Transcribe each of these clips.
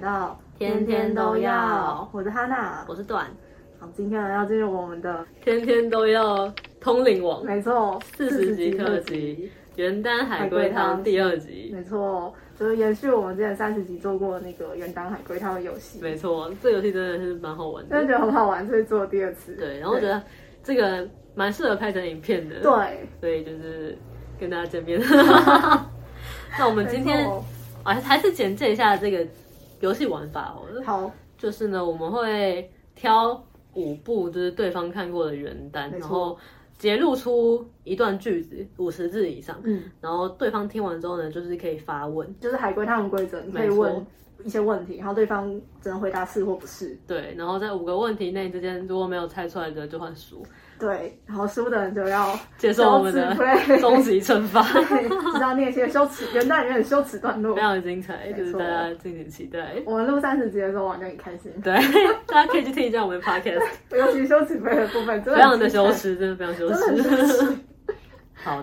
要，天天都要。我是哈娜，我是段，好，今天呢要进入我们的，天天都要通灵王没错， 40集特特辑，元旦海龟汤第二集。没错，就是延续我们之前三十集做过那个元旦海龟汤的游戏，没错，这个游戏真的是蛮好玩真的的。觉得很好玩，所以做了第二次。对，然后我觉得这个蛮适合拍成影片的。，对，所以就是跟大家见 面。那我们今天没错啊，还是简介一下这个游戏玩法好了。好，就是呢，我们会挑五部就是对方看过的原单，然后截录出一段句子，五十字以上。嗯，然后对方听完之后呢，就是可以发问，就是海龟汤的规则，你可以没错问一些问题，然后对方只能回答是或不是。对，然后在五个问题内之间，如果没有猜出来的就换输，对，然后输的人就要接受我们交的自费终极惩 罚， 知道那些羞耻元旦里面的羞耻段落非。常精彩，就没是错大家敬请期待。 我们录三十集的时候，我好像很开心，对，大家可以去听一下我们的 podcast，尤其羞耻杯的部分，真的非常的很精羞彩，耻，真的非常羞真的很羞耻。耻。 好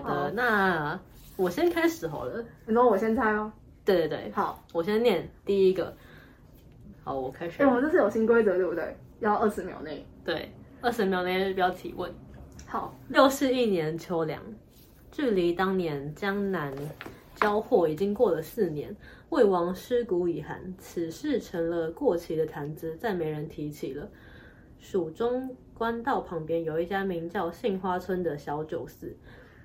好的，那我先开始好了。你说我先猜哦，对对对，好，我先念第一个。好，我开始哎、。我们这次有新规则对不对？要二十秒内。对，二十秒内不要提问。好， 六四一年秋凉，距离当年江南交货已经过了四年，魏王尸骨已寒，此事成了过期的谈资，再没人提起了。蜀中官道旁边有一家名叫杏花村的小酒肆，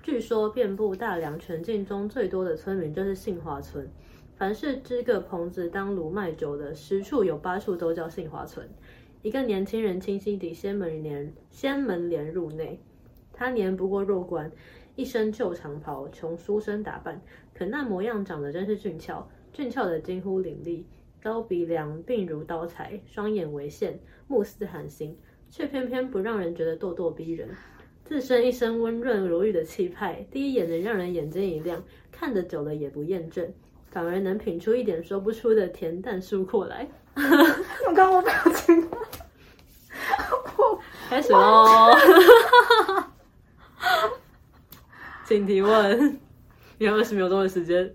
据说遍布大梁全境中最多的村民就是杏花村。凡是支个棚子当炉卖酒的，十处有八处都叫杏花村。一个年轻人清新地掀门帘，掀门帘入内，他年不过弱冠，一身旧长袍，穷书生打扮，可那模样长得真是俊俏，俊俏的近乎伶俐，高鼻梁鬓如刀裁，双眼为线，目似寒星，却偏偏不让人觉得咄咄逼人。自身一身温润如玉的气派，第一眼能让人眼睛一亮，看得久了也不厌倦，反而能品出一点说不出的恬淡疏阔来。我刚刚我表情，我开始喽，请提问。你有二十秒钟的时间。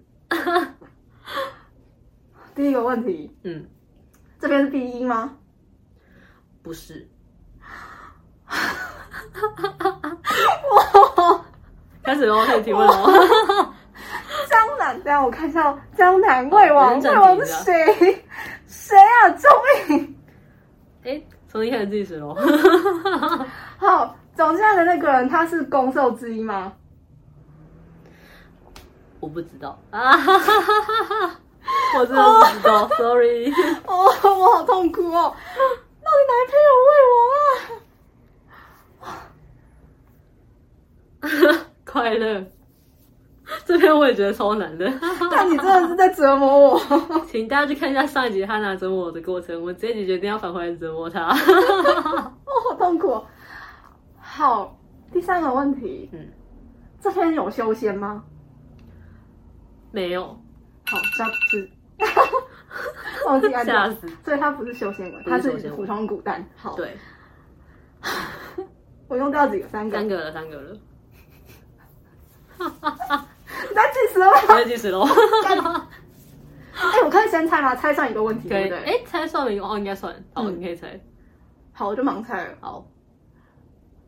第一个问题，嗯，这边是 B 一吗？不是，开始喽，开始提问喽。江南，等一下我看一下哦，江南魏我王，认真魏王比是一下谁？谁啊？救命！哎，从一开始计时喽。好，总之的那个人他是攻受之一吗？我不知道啊，哈哈哈哈哈我真的不知道，sorry。哦，我好痛苦哦！到底哪一篇有魏王啊？快乐，这篇我也觉得超难的。但你真的是在折磨我。 哦请大家去看一下上一集他拿折磨我的过程，我这一集决定要返回来折磨他。哦，好痛苦、哦。好，第三个问题，嗯，这篇有修仙吗？没有，好，这是 忘记按掉吓死，所以它不是修仙文，不它是修是仙文普通古蛋。好，对，我用掉几个，三个。三个了，三 个了，你在计时了吗？我要计时喽。 哎、我可以先猜吗？猜上一个问题，可对以，不对？哎、猜算没有？哦，应该算。好，嗯你可以猜。好，我就盲猜了。好，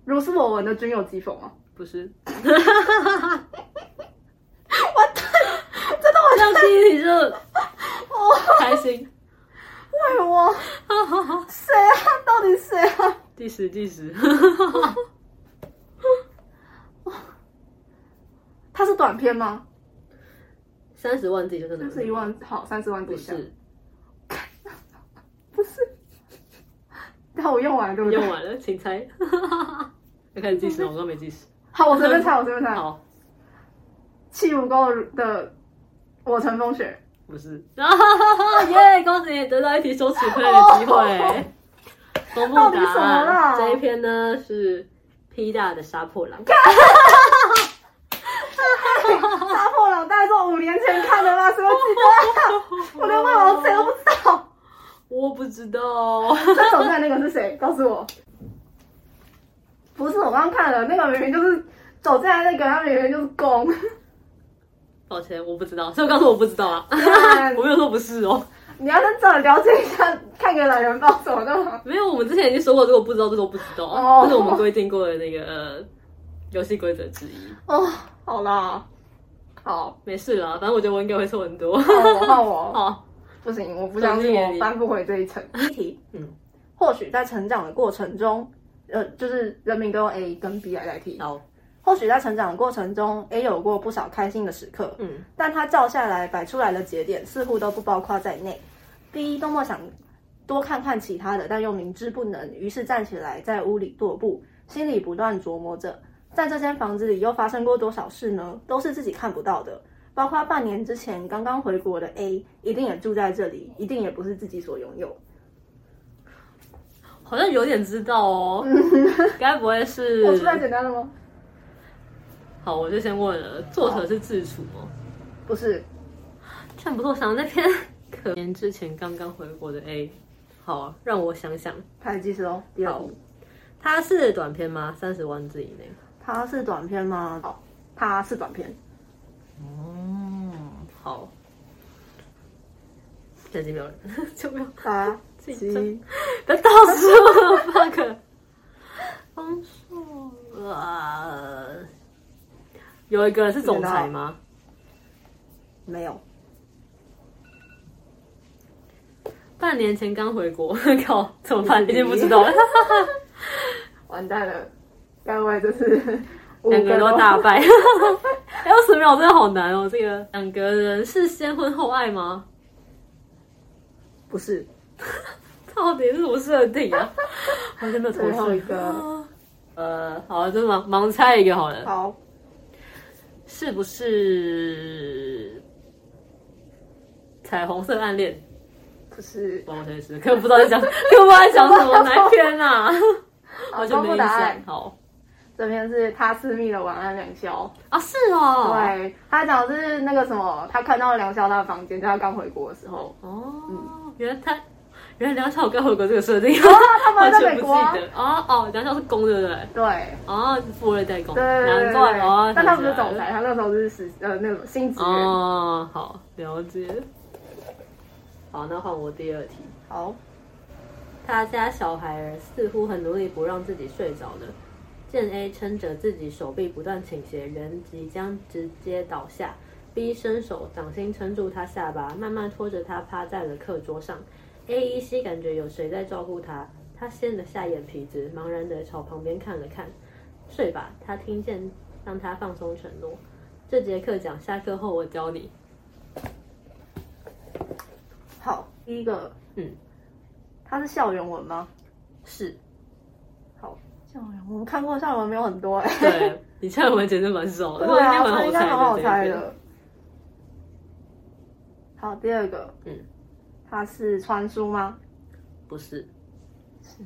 如是我闻的君有讥讽哦。不 是，我真的这样第一题 就我开心。为我 谁啊？到底谁啊？计时，计时。它是短片吗？三十万字就是三十一万，好，三十万字以不下。是，不是，但我用完了，对不对？用完了，请猜。 要开始计时了，我刚没计时。好，我随便猜，我随便猜。好，气无垢的我乘风雪，不是。 耶，恭喜你得到一题羞耻愧的机会。 公布到底答什么啦案。这一篇呢是 P 大的杀破狼。杀破狼大概是我五年前看的吧，谁会记 得啊？我连魏王谁都不知道。我不知道。 那手上那个是谁？告诉我。不是我刚刚看了，那个明明就是走进来那个，他明明就是公。 抱歉，我不知道，所以我刚说我不知道啊，我没有说不是哦。你要真正了解一下，看个懒人包什么的吗？没有，我们之前已经说过，这个不知道就都不知道，哦这是我们规定过的那个呃游戏规则之一。哦，好啦，好，没事啦，反正我觉得我应该会错很多。 哦换我，换我，好，不行，我不相信我翻不回这一 层。第一题，嗯，或许在成长的过程中，呃，就是人民都用 A 跟 B 来代替。好，或许在成长的过程中，A 有过不少开心的时刻，嗯，但他照下来摆出来的节点似乎都不包括在内。B 多么想多看看其他的，但又明知不能，于是站起来在屋里踱步，心里不断琢磨着，在这间房子里又发生过多少事呢？都是自己看不到的。包括半年之前刚刚回国的 A，一定也住在这里，一定也不是自己所拥有。好像有点知道 哦，该不会是？我出来简单了吗？好，我就先问了，作者是自处吗？不是，劝不错想那篇，可怜之前刚刚回国的 A。好，让我想想，开始计时哦。嗯第二题，它是短篇吗？三十万字以内。它是短片吗？好，它是短片。嗯，好。现在没有人， 就没有八自己七真不要倒数了，bug。方硕啊，有一个人是总裁吗？没有，半年前刚回国， 靠，怎么办？已经不知道了，完蛋了，该不会就是 两个五人哦都大 败。还有十秒，真的好难哦。这个 两个人是先婚后爱吗？不是 到底是什么设定啊？ 完全没有头最后绪一。个。 呃，好，就盲盲猜一个好了，好，是不是彩虹色暗恋？不是，帮我推迟，可不知道在讲，可 不知道在讲什么哪一篇啊， 好我就公没布印答象案。。好这边是他私密的晚安梁霄，啊，是哦，，对他讲的是那个什么，他看到梁霄他的房间，就他刚回国的时候，哦，原来他原来梁晓刚回过这个设定，哦 他完们在全美不国记啊，得。哦哦，梁晓是公对不对？对。哦，富二代公，对对对难对怪哦对，，但他不是想起总来裁，他那时候是实呃那种新职员。哦，好了解。好，那换我第二题。好，他家小孩儿似乎很努力不让自己睡着了。见 A 撑着自己手臂不断倾斜，人即将直接倒下。B 伸手掌心撑住他下巴，慢慢拖着他趴在了课桌上。A 依稀感觉有谁在照顾他，他掀了下眼皮子，茫然的朝旁边看了看。睡吧，他听见让他放松承诺。这节课讲下课后我教你。好，第一个，嗯，他是校园文吗？是，好，校园文我看过的校园文没有很多哎、对，你这文简直蛮少 的，对啊，所以应应该该蛮蛮好好猜猜的这一篇。的。好，第二个，嗯，它是穿书吗？不是，是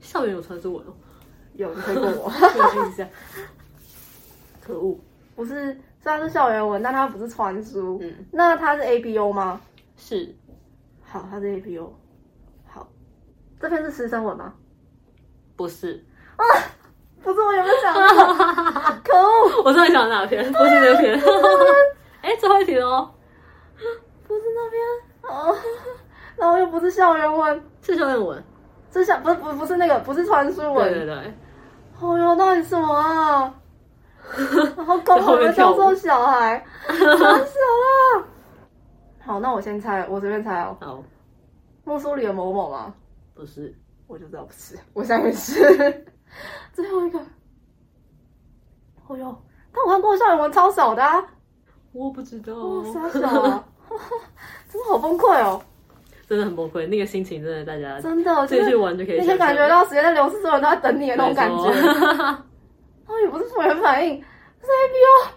校园有传说文哦，有你推过 我， 我印象。可恶，不是，虽然是校园文，但它不是穿书。嗯，那它是 A B O 吗？是好，它是 A B O。好，这篇是师生文吗？不是？不是，我有没有想到？可恶，我真的想哪 篇？不是那篇。哎，最后一题喽，不是那边 哦，然后又不是校园文，是校园文。这校不不不是那个，不是穿书文。对对对，哦哟，到底什么啊？然后搞我们教授小孩，太小了。啊好，那我先猜，我随便猜哦。好，木梳里的某某吗？不是，我就知道不是，我相信是。 最后一个，哦哟，但我看过校园文超少的啊，我不知道，哦，傻小啊， 真的好崩溃哦，真的很崩溃，那个心情真的大家真的，就自己去是玩就可以你想可象。以感觉到时间在流逝，所有人都在等你的那种感觉。觉。哦，也不是复原反应，是 A B O。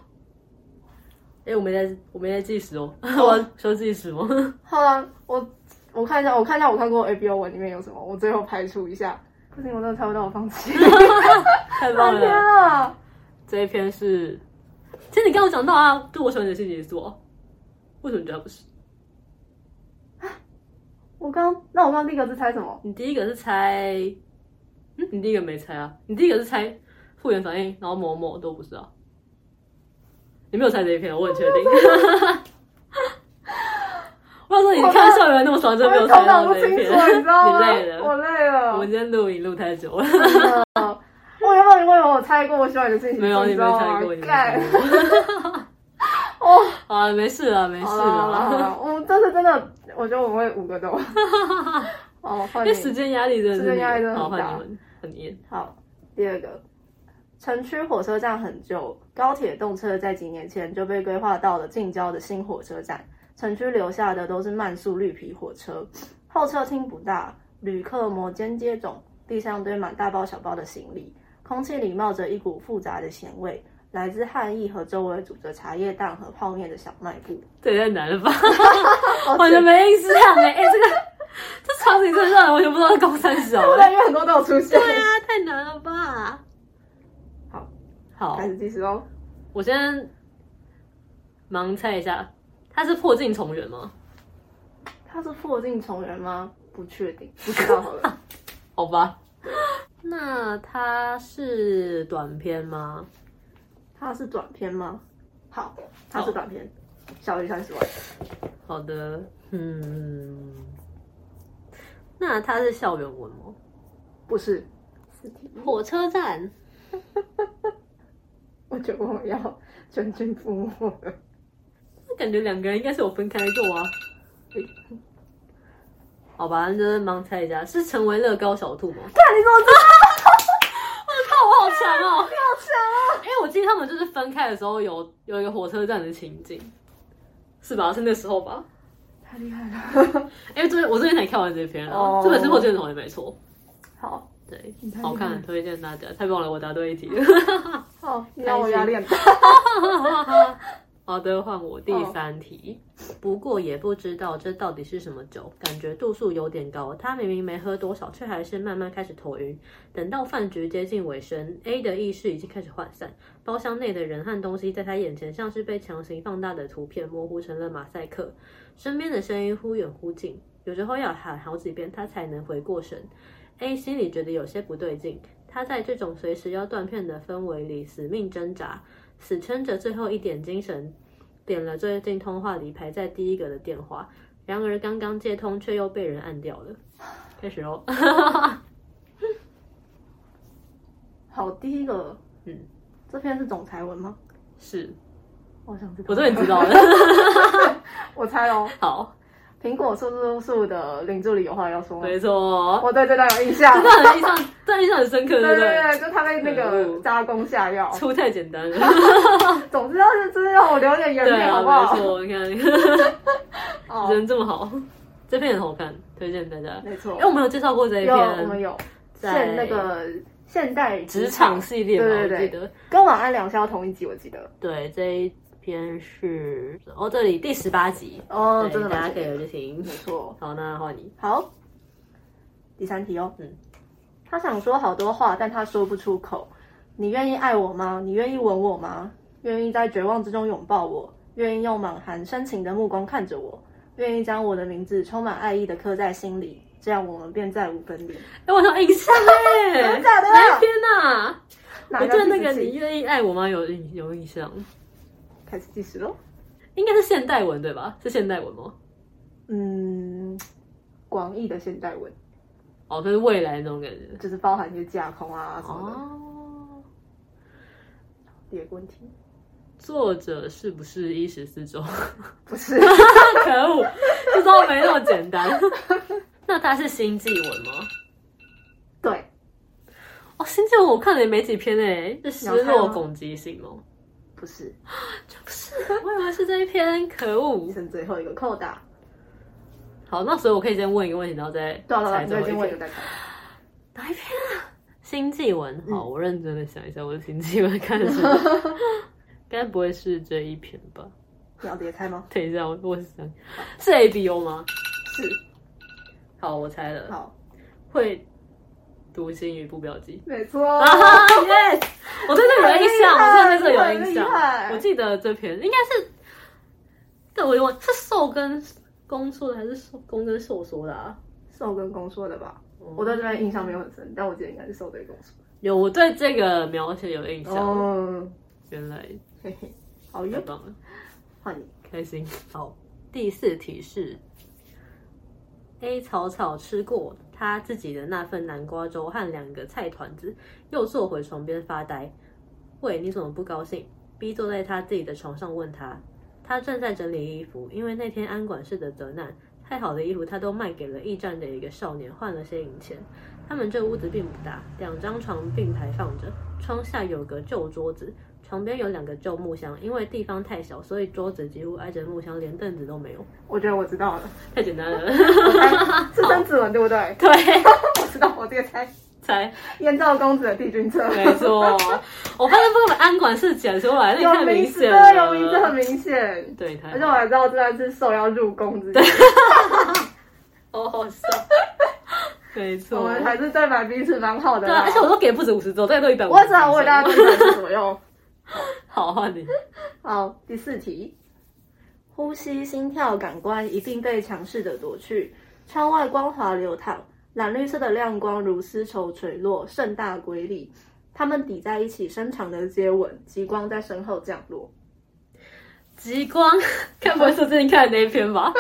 哎，我没在，我没在计时 哦，我说计时哦 吗？好了，我我看一下，我看一下我看过 A B O 文里面有什么，我最后排除一下。不行，我真的猜不到，我放 弃。太棒半天了。了，这一篇是，其实你刚刚有讲到啊，就我喜欢你的细节座，为什么你觉得不是？我刚那我刚第一个是猜什么？你第一个是猜，嗯，你第一个没猜啊，你第一个是猜复原反应，然后某某都不是啊， 你没有猜这一篇，我很确定。我想说你你看校园那么爽，就没有我想头到脑不这一清楚，你篇，知道吗？ 你累了我。累了。我们今天录影录太 久了，真的我原本以为我有猜过我喜欢的事情，没有你知没道吗猜过，你没干猜过。哦，好了，没事了，没事好了好了好了。了，我们这次真的，我觉得我们会五 个都。哦，因换为你。时间压力真的是，时间压力真的好很换大你们，很严。好，第二个，城区火车站很旧，高铁动车在几年前就被规划到了近郊的新火车站，城区留下的都是慢速绿皮火车，候车厅不大，旅客摩肩接踵，地上堆满大包小包的行李，空气里冒着一股复杂的咸味。来自汉意和周围煮着茶叶蛋和泡面的小卖部，这也太难 了吧！好完全简没印象哎、哎、这个这场景真的让人完全不知道在高三小单，哎、因为很多都有出 现。 对啊，太难了吧！好，好开，始计时哦，我先盲猜一下，他是破镜重圆吗？他是破镜重圆吗？不确定，不知道好了。好 吧，那他是短片吗？它是短片吗？好，它是短片，小于三十万。好的，嗯，那他是校园文吗？不是，火车站，我觉得我要全军覆没了。那感觉两个人应该是有分开过啊。好吧，那就是盲猜一下，是成为乐高小兔吗？看你怎么这么靠，我好强哦！强啊！因为我记得他们就是分开的时候有有一个火车站的情景，是吧？是那时候吧？太厉害了。哎、这边我这边才看完这篇啊哦这本是《火箭筒》也没错，好，对你太，厉害好看，推荐大家。太棒了，我答对一题。好，你让我压力很大。 好的，换我第三题。不过也不知道这到底是什么酒，感觉度数有点高。他明明没喝多少，却还是慢慢开始头晕。等到饭局接近尾声，A 的意识已经开始涣散，包厢内的人和东西在他眼前像是被强行放大的图片，模糊成了马赛克。身边的声音忽远忽近，有时候要喊好几遍，他才能回过神。A 心里觉得有些不对劲，他在这种随时要断片的氛围里死命挣扎，死撑着最后一点精神，点了最近通话里排在第一个的电话。然而刚刚接通，却又被人按掉 了。开始哦，好，第一个，嗯，这篇是总裁文吗？是我想知道。我终于知 道了。我猜哦，好，苹果速速速的林助理有话要说吗？没错，我对这段有印象这。段印象，这段印象很深刻，对对对不对？对，就嗯他被那个加工下药。出太简 单了，总之要是真的让我留点颜对面，好不啊，没好？错，你看 哦，人这么好，这片很好看，推荐大家。没错哎，。我们有介绍过这一有，哦我片们有在现那个现代职场系列嘛？对我对记对得，跟晚安良宵同一集，我记得。对这一篇是哦，这里第十八集，哦，真对，的大家蛮可以有回去听没。错。好，那换你。好，第三题哦。嗯，他想说好多话，但他说不出口。你愿意爱我吗？你愿意吻我吗？愿意在绝望之中拥抱我？愿意用满含深情的目光看着我？愿意将我的名字充满爱意的刻在心里？这样我们便再无分离。哎、我有印象 哎、真的假的哪一篇呐、哪我个对那第个四你题愿意爱我吗有印有印象，开始计时喽。应该是现代文对吧？是现代文吗？嗯，广义的现代文哦，就是未来那种感觉。就是包含一些架空啊什么的。哦，第二个问题作者是不是一十四周？ 不是可恶，这招没那么简单。 那它是星际文吗？对，哦，星际文我看了也没几篇哎、是失你有落看吗攻击性吗？不是，不是，我以为是这一篇，可恶剩。最后一个扣打。好，那所以我可以先问一个问题，然后再对啊了，猜你最就后已一经篇问。在看。哪一篇啊？星际文，嗯好，我认真的想一下，我的星际文看是什么？ 该不会是这一篇吧？你要直接猜吗？等一下，我我想是 A B O 吗？是，好，我猜了，好，会读心与不标记。没 错啊 yes！我对这个有印象，很厉害我对这个有印你很厉象。害我记得这篇应该是，对我我是瘦跟攻说的还是瘦攻跟瘦说的啊？瘦跟公说的吧？我我对这边印象没有很深，但我记得应该是瘦对公说。有，我对这个描写有印象。哦， 原来嘿嘿，好太哟，棒了。换你。开心。好，第四题是 A 草草吃过他自己的那份南瓜粥和两个菜团子，又坐回床边发呆。喂，你怎么不高兴？B 坐在他自己的床上问他，他正在整理衣服，因为那天安管事的责难，太好的衣服他都卖给了驿站的一个少年，换了些银钱。他们这屋子并不大，两张床并排放着，窗下有个旧桌子，床边有两个旧木箱，因为地方太小，所以桌子几乎挨着木箱，连凳子都没有。我觉得我知道了，太简单了， 我猜 是曾子文对不对？对，我知道，我这个猜猜燕赵公子的帝君册，没错。我发现不能安管事讲出来，那也有太名明字显对，了，有名字很明显。对， 太而且我还知道这段是受邀入宫之前，好好笑， 没错。我们还是对买彼此蛮好的对啊啦。，而且我都给不止五十周，这个都一百五。我也知道，我也大概知道是左 右。好换你，好，第四题，呼吸、心跳、感官一并被强势的夺去，窗外光滑流淌，蓝绿色的亮光如丝绸垂落，盛大瑰丽。它们抵在一起，深长的接吻，极光在身后降落。极光，该不会是最近看的那一篇 吧？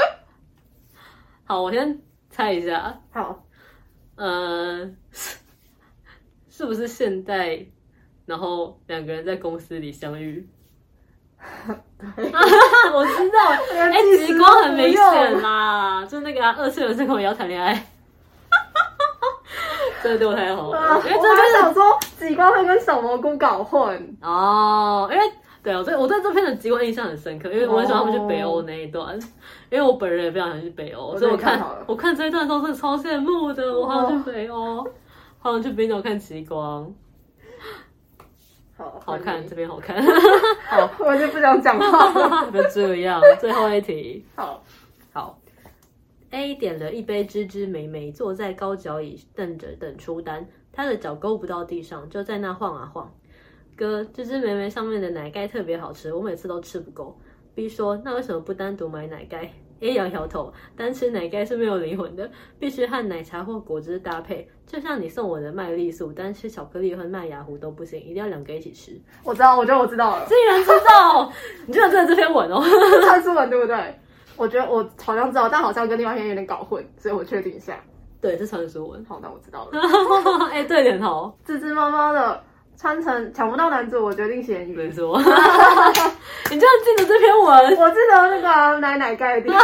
好，我先猜一下，好，呃， 是是不是现代？然后两个人在公司里相遇。 我知道， 哎 哎、极光很明显啊啦，就那个、啊、二次元社恐也要谈恋爱， 真的对我太好啊！了，因为我这还想说，极光会跟小蘑菇搞混。哦，因为对我对我对这篇的极光印象很深刻，因为我很喜欢他们去北欧那一段，因为我本人也非常想去北欧，我所以我真的看看好了我看这一段的时候真的超羡慕的，我好想去北欧，好想去冰岛看极光，好，好换看你这边好看， 我就不想讲话了。不要这样，最后一题。好，好，A 点了一杯芝芝美美，坐在高脚椅瞪着等出单，他的脚勾不到地上，就在那晃啊晃。哥，芝芝美美上面的奶盖特别好吃，我每次都吃不够。B 说，那为什么不单独买奶盖？A 摇摇头，单吃奶盖是没有灵魂的，必须和奶茶或果汁搭配。就像你送我的麦丽素，单吃巧克力和麦芽糊都不行，一定要两个一起吃。我知道，我觉得我知道了，竟然知道，哦 你居然真的这篇文哦！ 这是蔡思文对不对？我觉得我好像知道，但好像跟另外一篇有点搞混，所以我确定一下。对，是传说文。 好，那我知道了。哎、对点头。自自猫猫的穿成抢不到男主，我决定咸鱼。没错， 你居然记得这篇文？我记得那个啊奶奶盖的地方，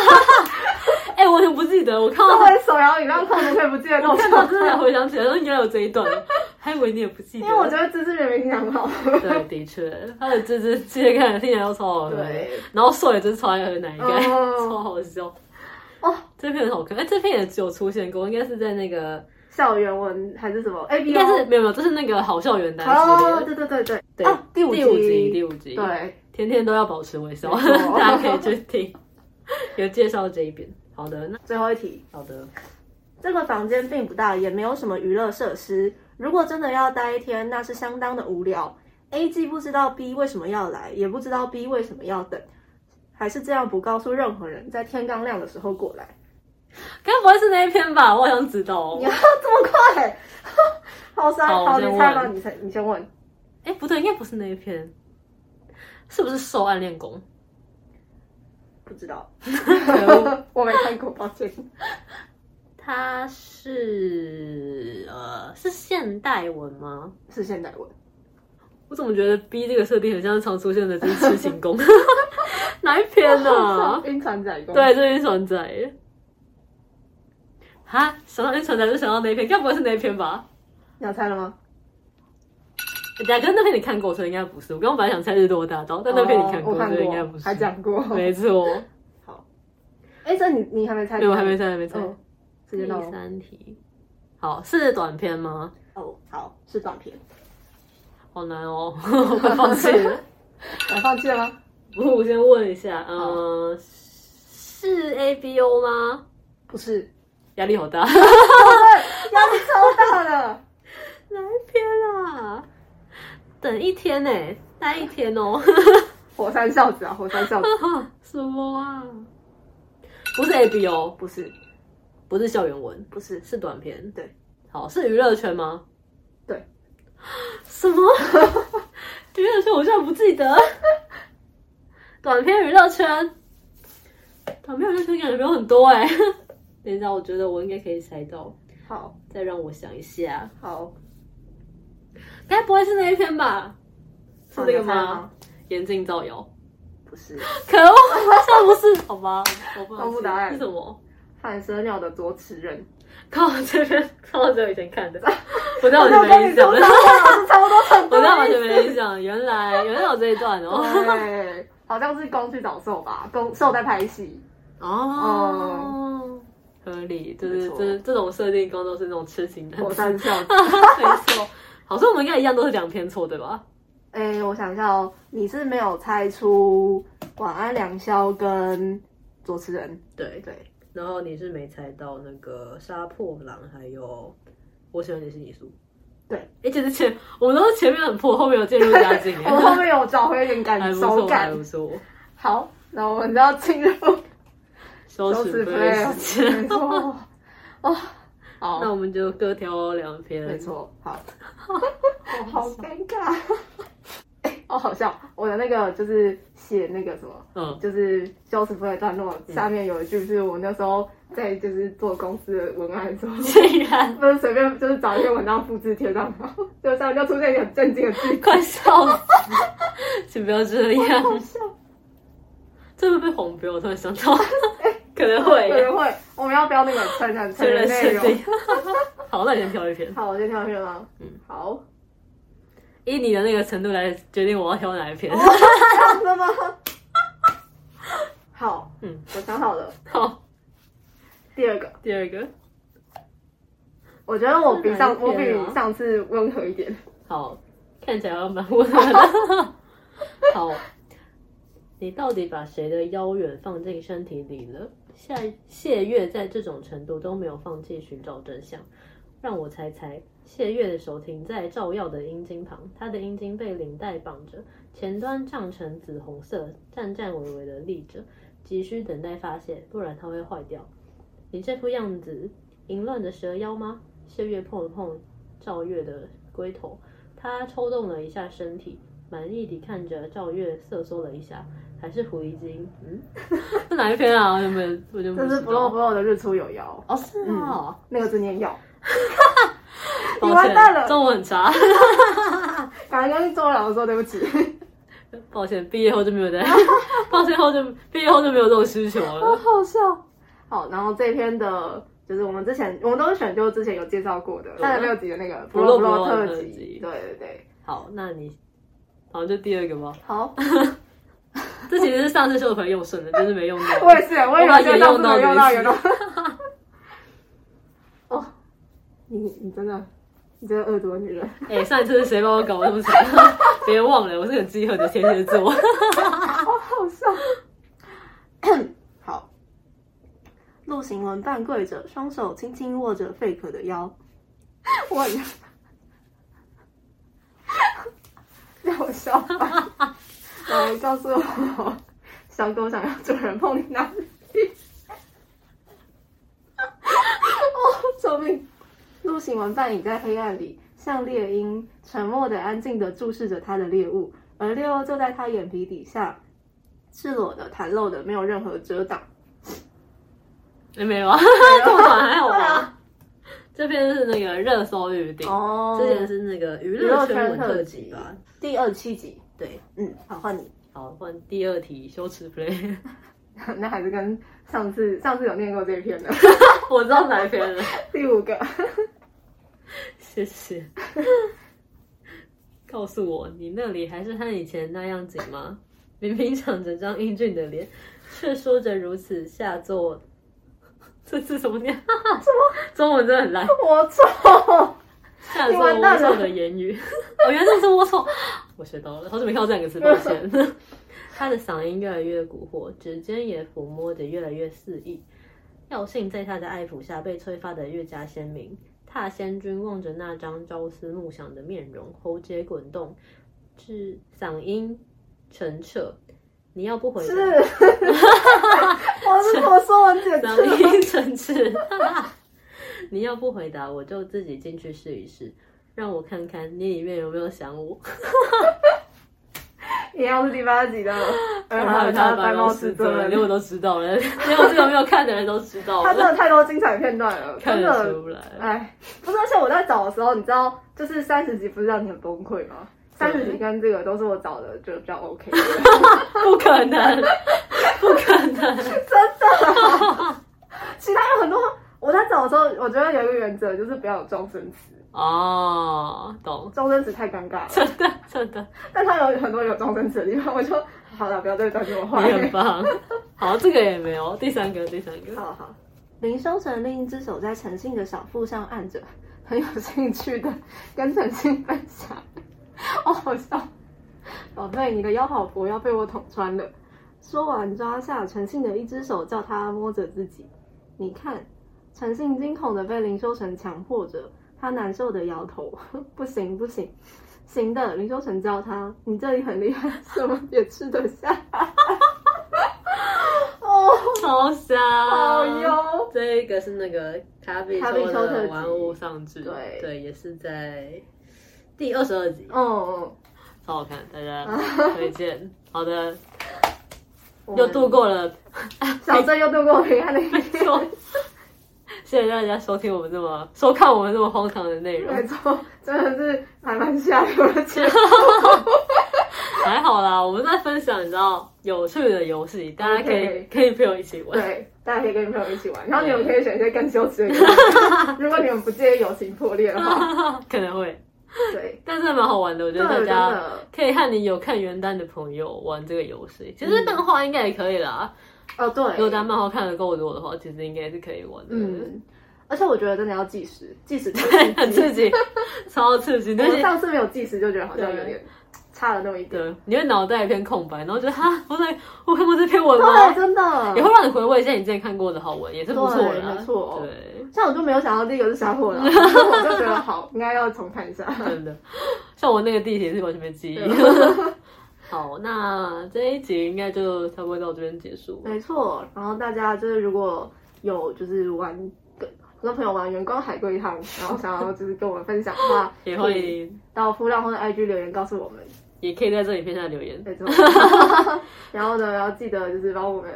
哎、我怎么不记得？我看作到为手摇饮料控制可以不记得跟我我看到 说，真的才回想起来，说原来有这一段，还以为你也不记得。因为我觉得自自人明很好。 对，的确，他的这支记得看听起来都超好喝的对，然后瘦也真是超爱喝奶盖，哦 超好笑。哦，这篇很好看，哎、这篇也只有出现过，应该是在那个，校园文还是什么 A 应 B 该是 O？没有没有，这是 那个好校园单词哦，列的。对对对对，对啊，第五第五集，第五五集，对，天天都要保持微笑，没错 大家可以去听，有介绍这一篇。好的，那最后一题。好的。这个房间并不大，也没有什么娱乐设施。如果真的要待一天，那是相当的无聊。A 既不知道 B 为什么要来，也不知道 B 为什么要等，还是这样不告诉任何人，在天刚亮的时候过来。该不会是那一篇吧？我好想知道、你哦。要这么快？ 好傻，好我好，你先猜吧，问你猜，你先问。哎、不对，应该不是那一篇，是不是受暗恋攻？不知 道， 恶我没看过，抱歉。它是呃是现代文吗？是现代文，我怎么觉得 B 这个设定很像常出现的就是痴情 攻？哪一篇 呢、啊？晕船仔公。，对，这是船仔。哈，想到晕船仔就想到那一篇，该不会是那一篇吧？你要猜了吗？欸等一下，可是那篇你看过，所以应该不是。我刚刚本来想猜日落大道，但那篇你看过，哦我看所以应该不过，是。还讲过。没错，哎，这你你还没猜？对，我还没。猜，还没猜。哦，时间到第了。三题，好，是短篇吗？哦，好，是短 片。好难哦， 我快放弃了。 我放弃了吗？不 过我先问一下，嗯、是 A B O 吗？不是， 压力好大，压力超大的。哪一篇啊？等一天呢、待一天哦。火山孝子啊，火山孝子 什么啊？不是 A B O， 不是，不是校园文，不是，是短篇。对，好，是娱乐圈吗？对， 什么？ 娱乐圈我居然不记得。 短片娱乐圈，短片娱乐圈感觉没有很多哎、 等一下，我觉得我应该可以猜到。好再让我想一下，好，该不会是那一篇吧？是好这个你有猜吗？眼镜造谣， 不是，可恶，这不是 好吧？我不公布知答案是什么？反蛇鸟的左齿 人。靠我这边，靠我这边以 前看的，我在我我这边印象了，差不多程度我在我这边印象，原来 原来有这一段哦。对，好像是公去找兽吧，公兽在拍戏。哦，合理，就是没错这这种设定工作是那种痴情男火子，山笑 子。没错。好，所以我们应该一样都是两篇错对吧？哎、我想一下哦，你是没有猜出晚安良宵跟左慈人，对对，然后你是没猜到那个杀破狼，还有我喜欢你是你输。对，而且是前我们都是前面很破，后面有渐入佳 境，我们后面有找回一点还感不手错，还感不。错。好，那我们就要进入羞耻杯时没间，错。哦，好 那，我们就各挑两篇。没，错， 好，好尴尬。哎哦，好笑！我的那个就是写那个什么，嗯， 就是修辞部的段落，下面有一句是我那时候在就是做公司的文案的时候， 竟然不是随便就是找一篇文章复制贴上， 然后就上面就出现一个很震惊的句子，快笑死！请不要这样，好笑，这会被红标。我突然想到，可能会有人会，我们要不要那个成人成虽人然内是这容？样。 好，那你先挑一篇， 好，我先挑选了，嗯嗯，好， 以你的那个程度来决定我要挑哪一哦篇。这样子吗？ 好，嗯嗯，我想好了， 好，第二个，第二个，我觉得我比上、这我哪一篇啊比上次温和一点，好，看起来蛮温 和的。好，你到底把谁的腰远放进身体里了？夏谢月在这种程度都没有放弃寻找真相，让我猜猜。谢月的手停在照耀的阴茎旁，她的阴茎被领带绑着，前端胀成紫红色，战战巍巍的立着，急需等待发泄，不然它会坏掉。你这副样子，淫乱的蛇妖吗？谢月碰了碰赵月的龟头，他抽动了一下身体，满意地看着赵月瑟缩了一下，还是狐狸精。嗯，是哪一篇啊？我没有， 我就不这嗯是哦知不露道不。露的日出有妖，哦，是哦， 那个字念妖，抱你歉完蛋了中文很差，感觉跟周老师说对不起。抱歉，毕业后就没有在， 抱歉后就毕业后就没有这种需求 好了。好笑。好，然后这篇的，就是我们之前我们都是选，就是之前有介绍过的三十六集的那个不嗯不漏不漏漏特特辑辑。对对对，好，那你好，就第二个吧。好，这其实是上次秀朋友用顺的，就是没用到。 我也是，我以把为也就上次到没用到这一有次到。 哦，你你真的，你这个恶毒的女人，哎、上一次是谁帮我搞这么惨？ 别忘了，我是很记恨的天蝎座。好好笑。好，陆行文半跪着，双手轻轻握着贝壳的腰。我很，让我笑吧。来告诉我，小狗想要主人碰你哪里？哦，救命！陆行文半倚在黑暗里，像猎鹰，沉默的、安静的注视着他的猎物，而猎物就在他眼皮底下，赤裸的、袒露的，没有任何遮挡。哎没有啊，这么短还好吧？ 这篇是那个热搜预定，哦之前是那个娱乐圈文特辑吧？第二七集，对，嗯，好，换你。好，换第二题，羞耻 play， 那还是跟上次上次有念过这一篇的我知道哪一篇了，第五个。谢谢。告诉我，你那里还是和以前那样紧吗？明明长着张英俊的脸，却说着如此下作， 这字怎么 念？什么？中文真的很烂。 我错，下作龌龊的言语。哦，原来这是龌龊，我学到了，好久没看到这两个词，抱歉。他的嗓音越来越蛊惑，指尖也抚摸着越来越肆意，药性在他的爱抚下被催发的越加鲜明。踏仙君望着那张朝思暮想的面容，喉结滚动，至嗓音澄澈。你要不回 是，答？我是我说我姐嗓错。音唇齿。 你要不回答，我就自己进 去试一试，让我看看你里面有没有想我。一样是第八集 的，而还有他他的白猫猫师师尊尊，连我都知道了， 连我这种没有看的人都知道他真了，的太多精彩片段了，看真得的，出来。哎，不是，而且我在找的时候，你知道，就是三十集不是让你很崩溃吗？三十集跟这个都是我找的，就比较 OK 的。不可能，不可能，其他有很多，我在找的时候，我觉得有一个原则就是不要有撞声词，哦，懂，撞声词太尴尬了。真的真的，但他有很多有撞声词的地方，我就好了，不要再担心我你话很了。 棒。好，这个也没有，第三个，第三个，好好，林修成另一只手在陈信的小腹上按着，很有兴趣的跟陈信分享。 哦，好笑，宝贝，你的腰好薄，要被我捅穿了。说完，抓下陈信的一只手，叫他摸着自己。你看，陈信惊恐的被林修成强迫着，他难受的摇头， 不行不行，行的。林修成教他，你这里很厉害，什么也吃得下。 哦，超香，好哟。这个是那个卡比卡比说兽特的辑玩物丧志，对对，也是在第二十二集，嗯，超好看，大家啊推荐。好的，嗯又度，过 了， 小镇又度过平安的一天。错谢谢大家收听我们这么收看我们这么荒唐的内容没，错，真的是还蛮下流 的节目。还好啦，我们在分享你知道有趣的游戏，大家可以 OK 可以陪我一起玩。对，大家可以跟朋友一起玩，然后你们可以选一些更羞耻的 游戏。如果你们不介意友情破裂的话，可能会，对，但是蛮好玩的，我觉得大真家的，可以和你有看原单的朋友玩这个游戏。其实漫画应该也可以啦，哦如果对，大家漫画看的够多的话，其实应该是可以玩的。嗯，而且我觉得真的要计时，计时对，太很刺激， 超刺激，我那们些上次没有计时就觉得好像有点差了那么一点。对，你会脑袋一片空白，然后觉得哈，我在我看过这篇文对，吗？哦真的也。会让你回味一下你之前看过的好文，也是不错对啦。没错对，像我就没有想到第一个是小 火了，所以我就觉得好，应该要重看一下。真的，像我那个地铁是完全没记忆。 好，那这一集应该就差不多到这边结束。没错，然后大家就是如果有就是玩跟跟朋友玩员工海龟汤，然后想要就是跟我们分享的话 ，也欢可以迎，到扑浪或者 IG 留言告诉我们。也可以在这里片下留言。没 错，然后呢，要记得就是帮我们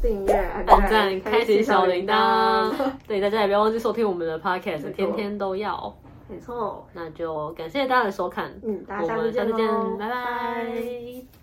订阅、按点赞、开，开启小铃铛 对大家也不要忘记收听我们的 podcast，错天天都要。没错，那就感谢大家的收看，嗯，大家我下次们下见次见喽，，拜拜